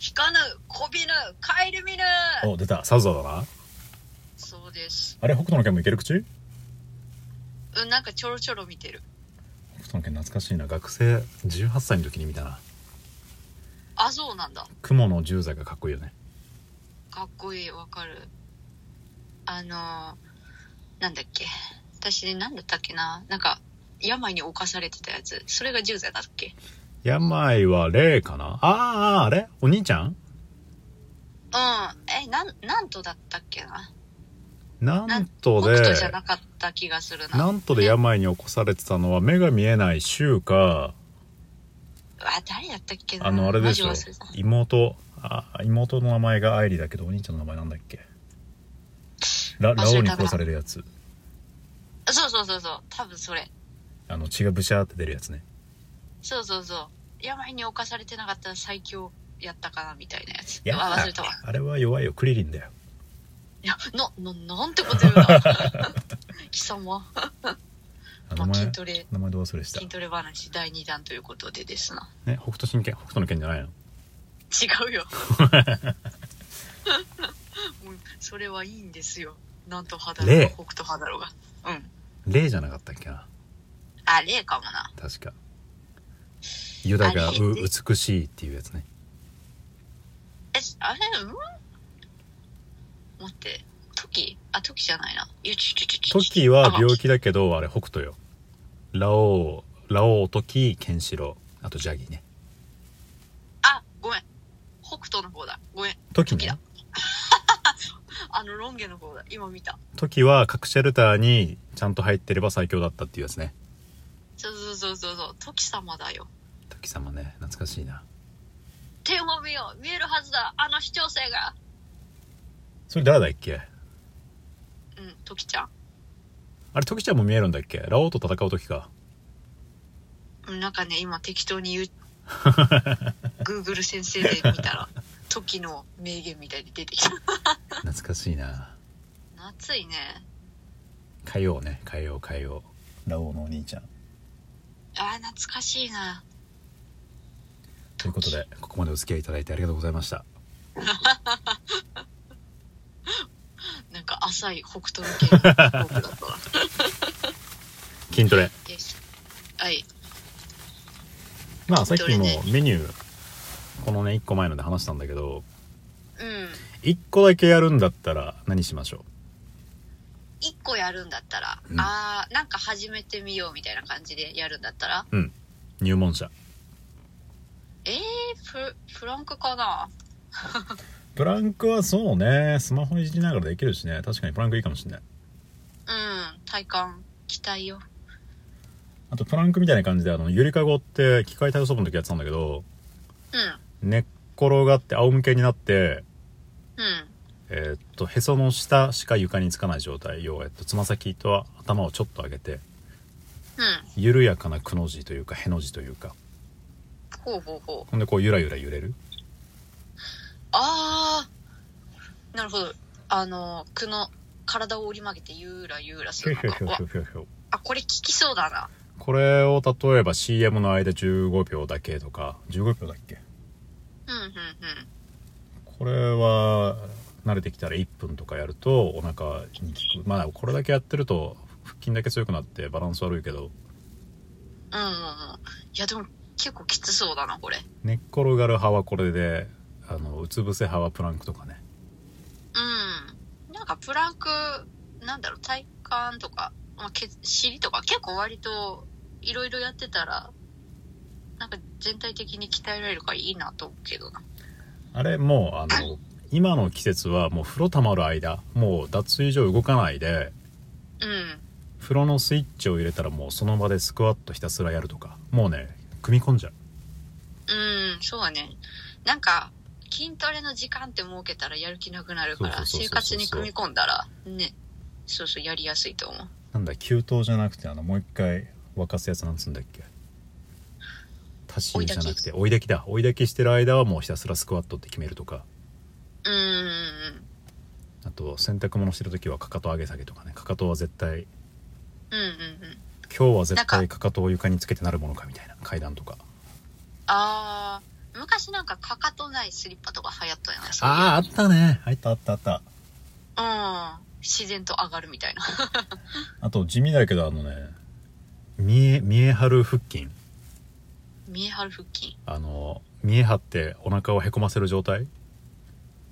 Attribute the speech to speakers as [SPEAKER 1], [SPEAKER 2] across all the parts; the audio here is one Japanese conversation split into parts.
[SPEAKER 1] 引かぬ、こびぬ、帰り見ぬ
[SPEAKER 2] お、出た。サウザーだな。
[SPEAKER 1] そうです。
[SPEAKER 2] あれ、北斗の拳もいける口
[SPEAKER 1] うん、なんかちょろちょろ見てる。
[SPEAKER 2] 北斗の拳懐かしいな。学生18歳の時に見たな。
[SPEAKER 1] あ、そうなんだ。
[SPEAKER 2] 雲の十歳がかっこいいよね。
[SPEAKER 1] かっこいい、わかる。あのー、なんだっけ。私、なんだったっけな。なんか、病に侵されてたやつ。それが10代だっけ。
[SPEAKER 2] 病は霊かなあーあー、あれお兄ちゃん
[SPEAKER 1] うん。え、なん、なんとだったっけな。
[SPEAKER 2] なん
[SPEAKER 1] 北
[SPEAKER 2] とで、
[SPEAKER 1] 斗じゃなかった気がするな。
[SPEAKER 2] なんとで病に起こされてたのは目が見えない柊か、
[SPEAKER 1] あ、誰だったっけな。
[SPEAKER 2] あの、あれでしょ
[SPEAKER 1] マジ忘れた。
[SPEAKER 2] 妹、あ、妹の名前が愛理だけど、お兄ちゃんの名前なんだっけラ、ラオウに殺されるやつ。
[SPEAKER 1] あそうそうそうそう。多分それ。
[SPEAKER 2] あの、血がブシャーって出るやつね。
[SPEAKER 1] そうそうそう。病に侵されてなかったら最強やったかな、みたいなやつ。
[SPEAKER 2] いや
[SPEAKER 1] あ、忘れたわ。
[SPEAKER 2] あれは弱いよ、クリリンだよ。
[SPEAKER 1] いや、の、の、なんてこと言う な。貴様。
[SPEAKER 2] あ
[SPEAKER 1] ま
[SPEAKER 2] 名
[SPEAKER 1] あ、
[SPEAKER 2] 前
[SPEAKER 1] 筋、トレ、
[SPEAKER 2] 名前どう忘れした
[SPEAKER 1] 筋。トレ話第2弾ということでですな。
[SPEAKER 2] ね、北斗神拳、北斗の拳じゃないの
[SPEAKER 1] 違う よ。もうそれはいいんですよ。なんと肌だろうが
[SPEAKER 2] 霊
[SPEAKER 1] 北斗肌だろうが。うん。
[SPEAKER 2] 霊じゃなかったっけな
[SPEAKER 1] あ、霊かもな。
[SPEAKER 2] 確か。ユダが
[SPEAKER 1] あ
[SPEAKER 2] う
[SPEAKER 1] れ
[SPEAKER 2] 美しいっていうやつね。
[SPEAKER 1] え、あれ、うん待って。時あ、時じゃないな。いや、ちょちょちょちょ。
[SPEAKER 2] トキは病気だけど、あれ北斗よ。ラオウ、ラオウ、トキ、ケンシロウ、あとジャギーね。
[SPEAKER 1] あ、ごめん。北斗の方だ。ごめん。
[SPEAKER 2] トキ
[SPEAKER 1] トキ
[SPEAKER 2] ね
[SPEAKER 1] だ。あの、ロンゲの方だ。今見た。
[SPEAKER 2] トキは核シェルターにちゃんと入ってれば最強だったっていうやつね。
[SPEAKER 1] そうそうそうそうそう。時様だよ。
[SPEAKER 2] トキ様ね、懐かしいな。
[SPEAKER 1] 天を見よう見えるはずだあの視聴者が
[SPEAKER 2] それ誰だっけ
[SPEAKER 1] うん時ちゃん
[SPEAKER 2] あれ、トキちゃんも見えるんだっけラオウと戦う時か。
[SPEAKER 1] うんなんかね今適当 に言う Google 先生で見たら時の名言みたいに出てきた
[SPEAKER 2] 懐かしいな。
[SPEAKER 1] 夏いね
[SPEAKER 2] 変えようね、変えよう変えよう。ラオウのお兄ちゃん。
[SPEAKER 1] あー懐かしいな
[SPEAKER 2] ということで、ここまでお付き合いいただいてありがとうございました。
[SPEAKER 1] なんか浅い北斗の拳だったな
[SPEAKER 2] 筋トレ。
[SPEAKER 1] ですはい
[SPEAKER 2] まあさっ
[SPEAKER 1] 筋ト
[SPEAKER 2] き
[SPEAKER 1] レ
[SPEAKER 2] も
[SPEAKER 1] ね
[SPEAKER 2] メニュー、このね、1個前ので話したんだけど、
[SPEAKER 1] うん
[SPEAKER 2] 1個だけやるんだったら何しましょ
[SPEAKER 1] 一個やるんだったら、
[SPEAKER 2] うん
[SPEAKER 1] あーなんか始めてみようみたいな感じでやるんだったら
[SPEAKER 2] ううん。入門者。
[SPEAKER 1] えー、ププランクかな
[SPEAKER 2] プランクはそうね、スマホいじりながらできるしね、確かにプランクいいかもしんない。
[SPEAKER 1] うん体感期待よ
[SPEAKER 2] あとプランクみたいな感じで、あの、ゆりかごって機械体操部の時やってたんだけど、
[SPEAKER 1] うん
[SPEAKER 2] 寝っ転がって仰向けになって、
[SPEAKER 1] うん。
[SPEAKER 2] えーっと、へその下しか床につかない状態。要は、えっと、つま先と頭をちょっと上げて、
[SPEAKER 1] うん。
[SPEAKER 2] 緩やかなくの字というか、への字というか。
[SPEAKER 1] ほうほうほう。
[SPEAKER 2] ほんで、こう、ゆらゆら揺れる。
[SPEAKER 1] ああ。なるほど。あの、くの、体を折り曲げてゆーらゆーらす
[SPEAKER 2] ひょ
[SPEAKER 1] る
[SPEAKER 2] ひょ
[SPEAKER 1] のか。わ
[SPEAKER 2] ひょひょひょひょ。
[SPEAKER 1] あ、これ効きそうだな。
[SPEAKER 2] これを例えば CM の間15秒だけとか15秒だっけ
[SPEAKER 1] うんうんうん。
[SPEAKER 2] これは慣れてきたら1分とかやるとお腹に効くまあこれだけやってると腹筋だけ強くなってバランス悪いけど
[SPEAKER 1] うんうんうん。いや、でも結構きつそうだな、これ。
[SPEAKER 2] 寝っ転がる派はこれであのうつ伏せ派はプランクとかね
[SPEAKER 1] うん。なんかプランク、なんだろう、体幹とか、まあ、け尻とか、結構割といろいろやってたら、なんか全体的に鍛えられるからいいなと思うけどな。
[SPEAKER 2] あれもうあの今の季節はもう風呂たまる間もう脱衣所動かないで
[SPEAKER 1] うん。
[SPEAKER 2] 風呂のスイッチを入れたらもうその場でスクワットひたすらやるとかもうね組み込んじゃう
[SPEAKER 1] うん、そうだね。なんか、筋トレの時間って設けたらやる気なくなるから、
[SPEAKER 2] そうそうそうそうそ
[SPEAKER 1] 生活
[SPEAKER 2] う
[SPEAKER 1] に組み込んだら、ね、そうそう、やりやすいと思う。
[SPEAKER 2] なんだ給湯じゃなくてあのもう一回沸かすやつなんつうんだっけ足し湯じゃなくて追い炊きだ追い炊きしてる間はもうひたすらスクワットって決めるとか
[SPEAKER 1] うーん、
[SPEAKER 2] あと洗濯物してる時はかかと上げ下げとかねかかとは絶
[SPEAKER 1] うん、う
[SPEAKER 2] 対
[SPEAKER 1] ん、うん。
[SPEAKER 2] 今日は絶
[SPEAKER 1] な
[SPEAKER 2] 対
[SPEAKER 1] ん
[SPEAKER 2] かかとを床につけてなるものかみたいな階段とか
[SPEAKER 1] あー、昔なんかかかとないスリッパとか流行ったじゃないですか。
[SPEAKER 2] あああったねあったあったあっ
[SPEAKER 1] う
[SPEAKER 2] た
[SPEAKER 1] ん。自然と上がるみたいな。
[SPEAKER 2] あと地味だけどあのね見え見え張る腹筋
[SPEAKER 1] 見え張る腹筋。
[SPEAKER 2] あの見え張ってお腹をへこませる状態
[SPEAKER 1] うん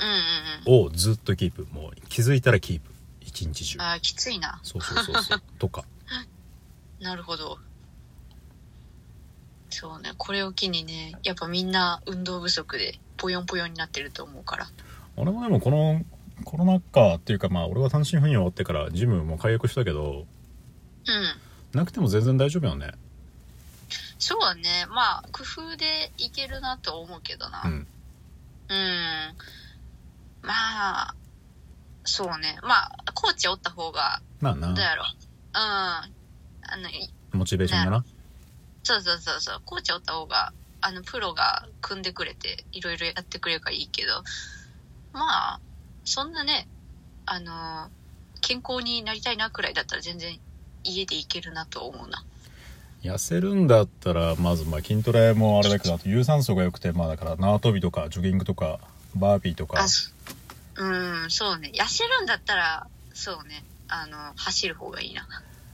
[SPEAKER 1] うんうん。
[SPEAKER 2] をずっとキープもう気づいたらキープ一日中
[SPEAKER 1] ああ、きついな。
[SPEAKER 2] そうそうそうそうとか
[SPEAKER 1] なるほど。そうね。これを機にね、やっぱみんな運動不足で、ぽよんぽよんになってると思うから。
[SPEAKER 2] 俺もでもこのコロナ禍っていうかまあ俺は単身赴任終わってからジムも解約したけ
[SPEAKER 1] う
[SPEAKER 2] ど
[SPEAKER 1] ん。
[SPEAKER 2] なくても全然大丈夫よね
[SPEAKER 1] そうだね。まあ、工夫でいけるなとは思うけどな。
[SPEAKER 2] うん
[SPEAKER 1] うん。まあ、そうね。まあ、コーチおった方が、
[SPEAKER 2] まあ
[SPEAKER 1] どう
[SPEAKER 2] な
[SPEAKER 1] やろう。うん。あの、い
[SPEAKER 2] モチベーションだな
[SPEAKER 1] そうそうそうそう。コーチおった方が、あの、プロが組んでくれて、いろいろやってくれるからいいけど、まあ、そんなね、あの、健康になりたいなくらいだったら全然家でいけるなと思うな。
[SPEAKER 2] 痩せるんだったらまずまあ筋トレもあれだけどあと有酸素が良くてまあだから縄跳びとかジョギングとかバービーとか
[SPEAKER 1] あそうん、そうね。痩せるんだったら、そうね。あの、走る方がいいな。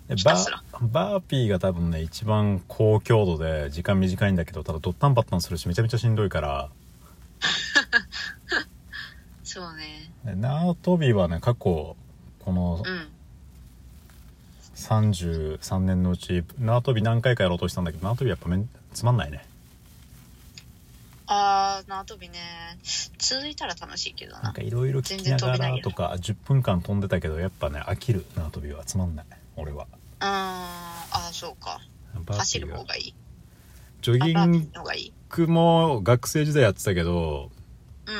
[SPEAKER 2] で
[SPEAKER 1] ひ
[SPEAKER 2] バ
[SPEAKER 1] たすら
[SPEAKER 2] ーバーピーが多分ね一番高強度で時間短いんだけどただドッタンバッタンするしめちゃめちゃしんどいから
[SPEAKER 1] そうね。
[SPEAKER 2] で縄跳びはね過去この
[SPEAKER 1] うん。
[SPEAKER 2] 33年のうち縄跳び何回かやろうとしたんだけど縄跳びやっぱめんつまんないね
[SPEAKER 1] あー、縄跳びね。続いたら楽しいけど
[SPEAKER 2] なん
[SPEAKER 1] な。
[SPEAKER 2] かいろいろ聞きながらとか10分間飛んでたけどやっぱね飽きる縄跳びはつまんない俺は
[SPEAKER 1] うん、あー、そうか。
[SPEAKER 2] バー
[SPEAKER 1] 走る
[SPEAKER 2] ピー
[SPEAKER 1] 方
[SPEAKER 2] は
[SPEAKER 1] がいい。
[SPEAKER 2] ジョ
[SPEAKER 1] あ、
[SPEAKER 2] ギ
[SPEAKER 1] バービ
[SPEAKER 2] ン
[SPEAKER 1] ーの方がいい。
[SPEAKER 2] グも学生時代やってたけど
[SPEAKER 1] う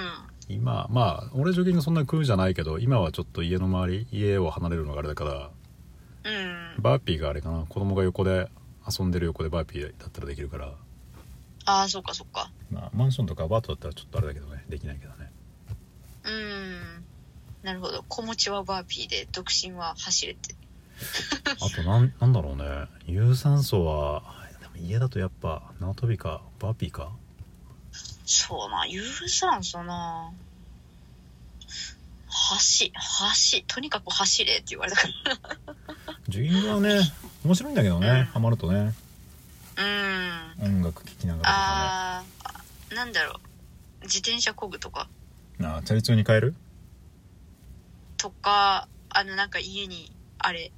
[SPEAKER 2] 今まあ俺ジョギングそんな食うじゃないけど今はちょっと家の周り家を離れるのがあれだから
[SPEAKER 1] ん。うん。
[SPEAKER 2] バーピーがあれかな子供が横で遊んでる横でバーピーだったらできるから、
[SPEAKER 1] ああ、そうかそうか。
[SPEAKER 2] まあ、マンションとかアパートだったらちょっとあれだけどねできないけどね
[SPEAKER 1] うん。なるほど。子持ちはバーピーで、独身は走れて。
[SPEAKER 2] あとなんなんだろうね有酸素はでも家だとやっぱ縄跳びかバーピーか
[SPEAKER 1] そうな、有酸素な。走、走、とにかく走れって言われたか
[SPEAKER 2] ジョギングはね面白いんだけどねハマるとね
[SPEAKER 1] ら。うん。
[SPEAKER 2] 音楽聴きながらとか
[SPEAKER 1] あー、なんだろう。自転車こぐとか。
[SPEAKER 2] ねあーチャリ通に変える
[SPEAKER 1] とか、あの、なんか家に、あれ、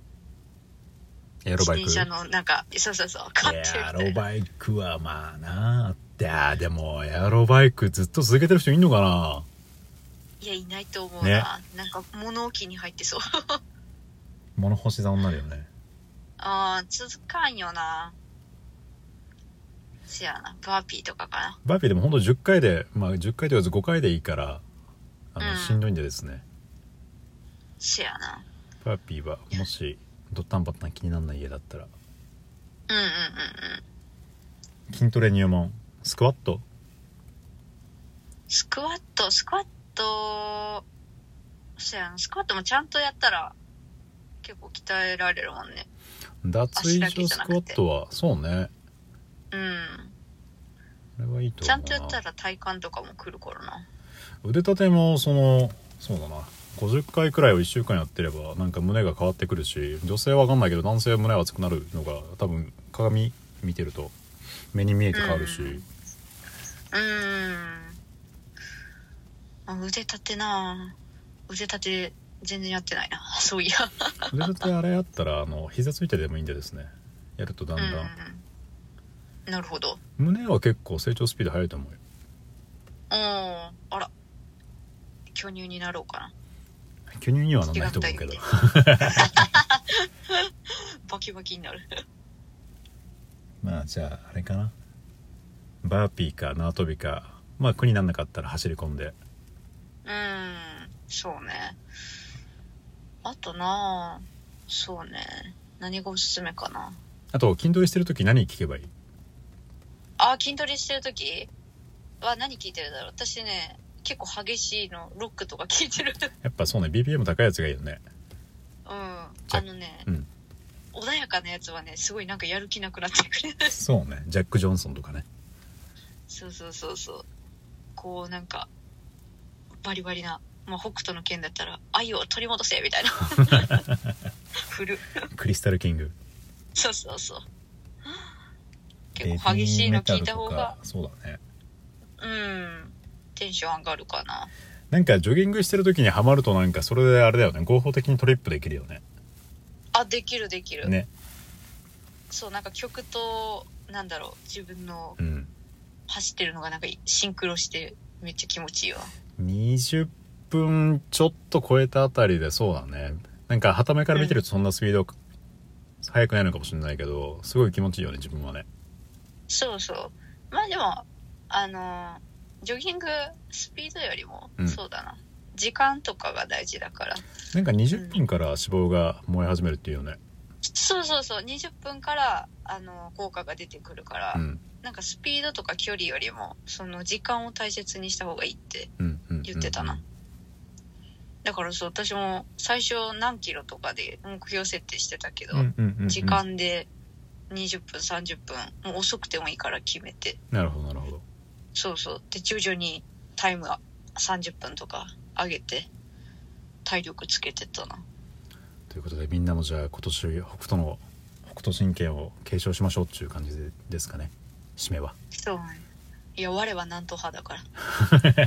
[SPEAKER 2] エアロ
[SPEAKER 1] 自
[SPEAKER 2] バイ
[SPEAKER 1] 転車
[SPEAKER 2] ク
[SPEAKER 1] の、なんか、そうそうそう、買ってる
[SPEAKER 2] エ
[SPEAKER 1] みた
[SPEAKER 2] アロ
[SPEAKER 1] いな。
[SPEAKER 2] バイクはまあなあってあーでもエアロバイクずっと続けてる人いんのかない
[SPEAKER 1] や、いないと思うな。なんか、物置に入ってそう。
[SPEAKER 2] 物干し竿になるよね
[SPEAKER 1] あー続かんよなせやなバーピーとかかな
[SPEAKER 2] バーピーでもほんと10回でまあ10回と言わず5回でいいからあの、
[SPEAKER 1] うん
[SPEAKER 2] しんどいんでですね
[SPEAKER 1] せやな
[SPEAKER 2] バーピーはもしドッタンバッタン気にならない家だったら
[SPEAKER 1] うんうんうんうん
[SPEAKER 2] 筋トレ入門スクワット
[SPEAKER 1] スクワットスクワットせやなスクワットもちゃんとやったら結構鍛えられるもんね
[SPEAKER 2] 脱衣所スクワットはそう
[SPEAKER 1] うん
[SPEAKER 2] ねあれはいいと思
[SPEAKER 1] ちゃ
[SPEAKER 2] うな
[SPEAKER 1] んとやったら体幹とかもくるからな
[SPEAKER 2] 腕立てもそのそうだな50回くらいを1週間やってればなんか胸が変わってくるし女性は分かんないけど男性は胸が熱くなるのが多分鏡見てると目に見えて変わるし、
[SPEAKER 1] うんうーんあ腕立てな腕立て全然やってないな そういや
[SPEAKER 2] 腕立てあれやったらあの膝ついてでもいいんでですねやるとだん
[SPEAKER 1] うん
[SPEAKER 2] だ、
[SPEAKER 1] うんんなるほど
[SPEAKER 2] 胸は結構成長スピード速いと思うよ
[SPEAKER 1] うん、あら。巨乳になろうかな。
[SPEAKER 2] 巨乳にはならないと思うけど
[SPEAKER 1] 違うバキバキになる。
[SPEAKER 2] まあじゃああれかなバーピーか縄跳びかまあ苦になんなかったら走り込んで
[SPEAKER 1] うん、そうね。あとなぁ、そうね。何がおすすめかな。
[SPEAKER 2] あと筋トレしてる時何聞けばいい
[SPEAKER 1] あ、筋トレしてるときは何聞いてるだろう。私ね、結構激しいの、ロックとか聞いてる。
[SPEAKER 2] やっぱそうね BPM 高いやつがいいよね
[SPEAKER 1] うん。あ
[SPEAKER 2] じゃ
[SPEAKER 1] のね、
[SPEAKER 2] うん
[SPEAKER 1] 穏やかなやつはね、すごいなんかやる気なくなってくる。
[SPEAKER 2] そうねジャック・ジョンソンとかね
[SPEAKER 1] そうそうそうそうこうなんかバリバリな、まあ、北斗の剣だったら愛を取り戻せみ たいな振る
[SPEAKER 2] クリスタルキング
[SPEAKER 1] そうそうそう結構激しいの聞いた方が
[SPEAKER 2] ヘビーメタルとかそうだね
[SPEAKER 1] うんテンション上がるかな
[SPEAKER 2] なんかジョギングしてる時にハマるとなんかそれであれだよね合法的にトリップできるよね
[SPEAKER 1] あできるできる、
[SPEAKER 2] ね
[SPEAKER 1] そうなんか曲となんだろう自分の
[SPEAKER 2] うん
[SPEAKER 1] 走ってるのがなんかシンクロしてめっちゃ気持ちいいわ
[SPEAKER 2] 20分ちょっと超えたあたりでそうだねなんかはたから見てるとそんなスピード速くないのかもしれないけどすごい気持ちいいよね自分はね
[SPEAKER 1] そうそうまあでもあのージョギングスピードよりも、
[SPEAKER 2] うん
[SPEAKER 1] そうだな時間とかが大事だから
[SPEAKER 2] なんか20分から脂肪が燃え始めるっていうよね
[SPEAKER 1] そうそうそう20分からあのー効果が出てくるから、
[SPEAKER 2] うん
[SPEAKER 1] なんかスピードとか距離よりもその時間を大切にした方がいいって
[SPEAKER 2] うんうんうんうん
[SPEAKER 1] 言ってたなだからそう私も最初何キロとかで目標設定してたけど、
[SPEAKER 2] うんうんうんうん
[SPEAKER 1] 時間で20分30分もう遅くてもいいから決めて
[SPEAKER 2] なるほどなるほど
[SPEAKER 1] そうそうで徐々にタイムは30分とか上げて体力つけてったな
[SPEAKER 2] ということでみんなもじゃあ今年北斗の北斗神拳を継承しましょうっていう感じでですかね締めは
[SPEAKER 1] そういや我はなんと派だから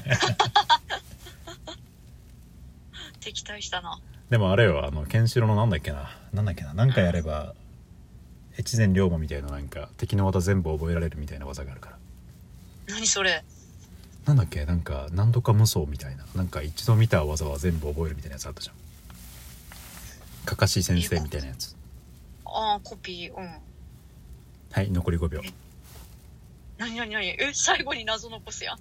[SPEAKER 1] 敵対したな
[SPEAKER 2] でもあれよあのケンシロウのなんだっけななんだっけな何回やれば越前龍馬みたいななんか敵の技全部覚えられるみたいな技があるから
[SPEAKER 1] 何それ
[SPEAKER 2] なんだっけなんか何とか無双みたいななんか一度見た技は全部覚えるみたいなやつあったじゃんかかし先生みたいなやつ
[SPEAKER 1] ああコピーうん
[SPEAKER 2] はい残り5秒
[SPEAKER 1] 何何何え最後に謎残すやん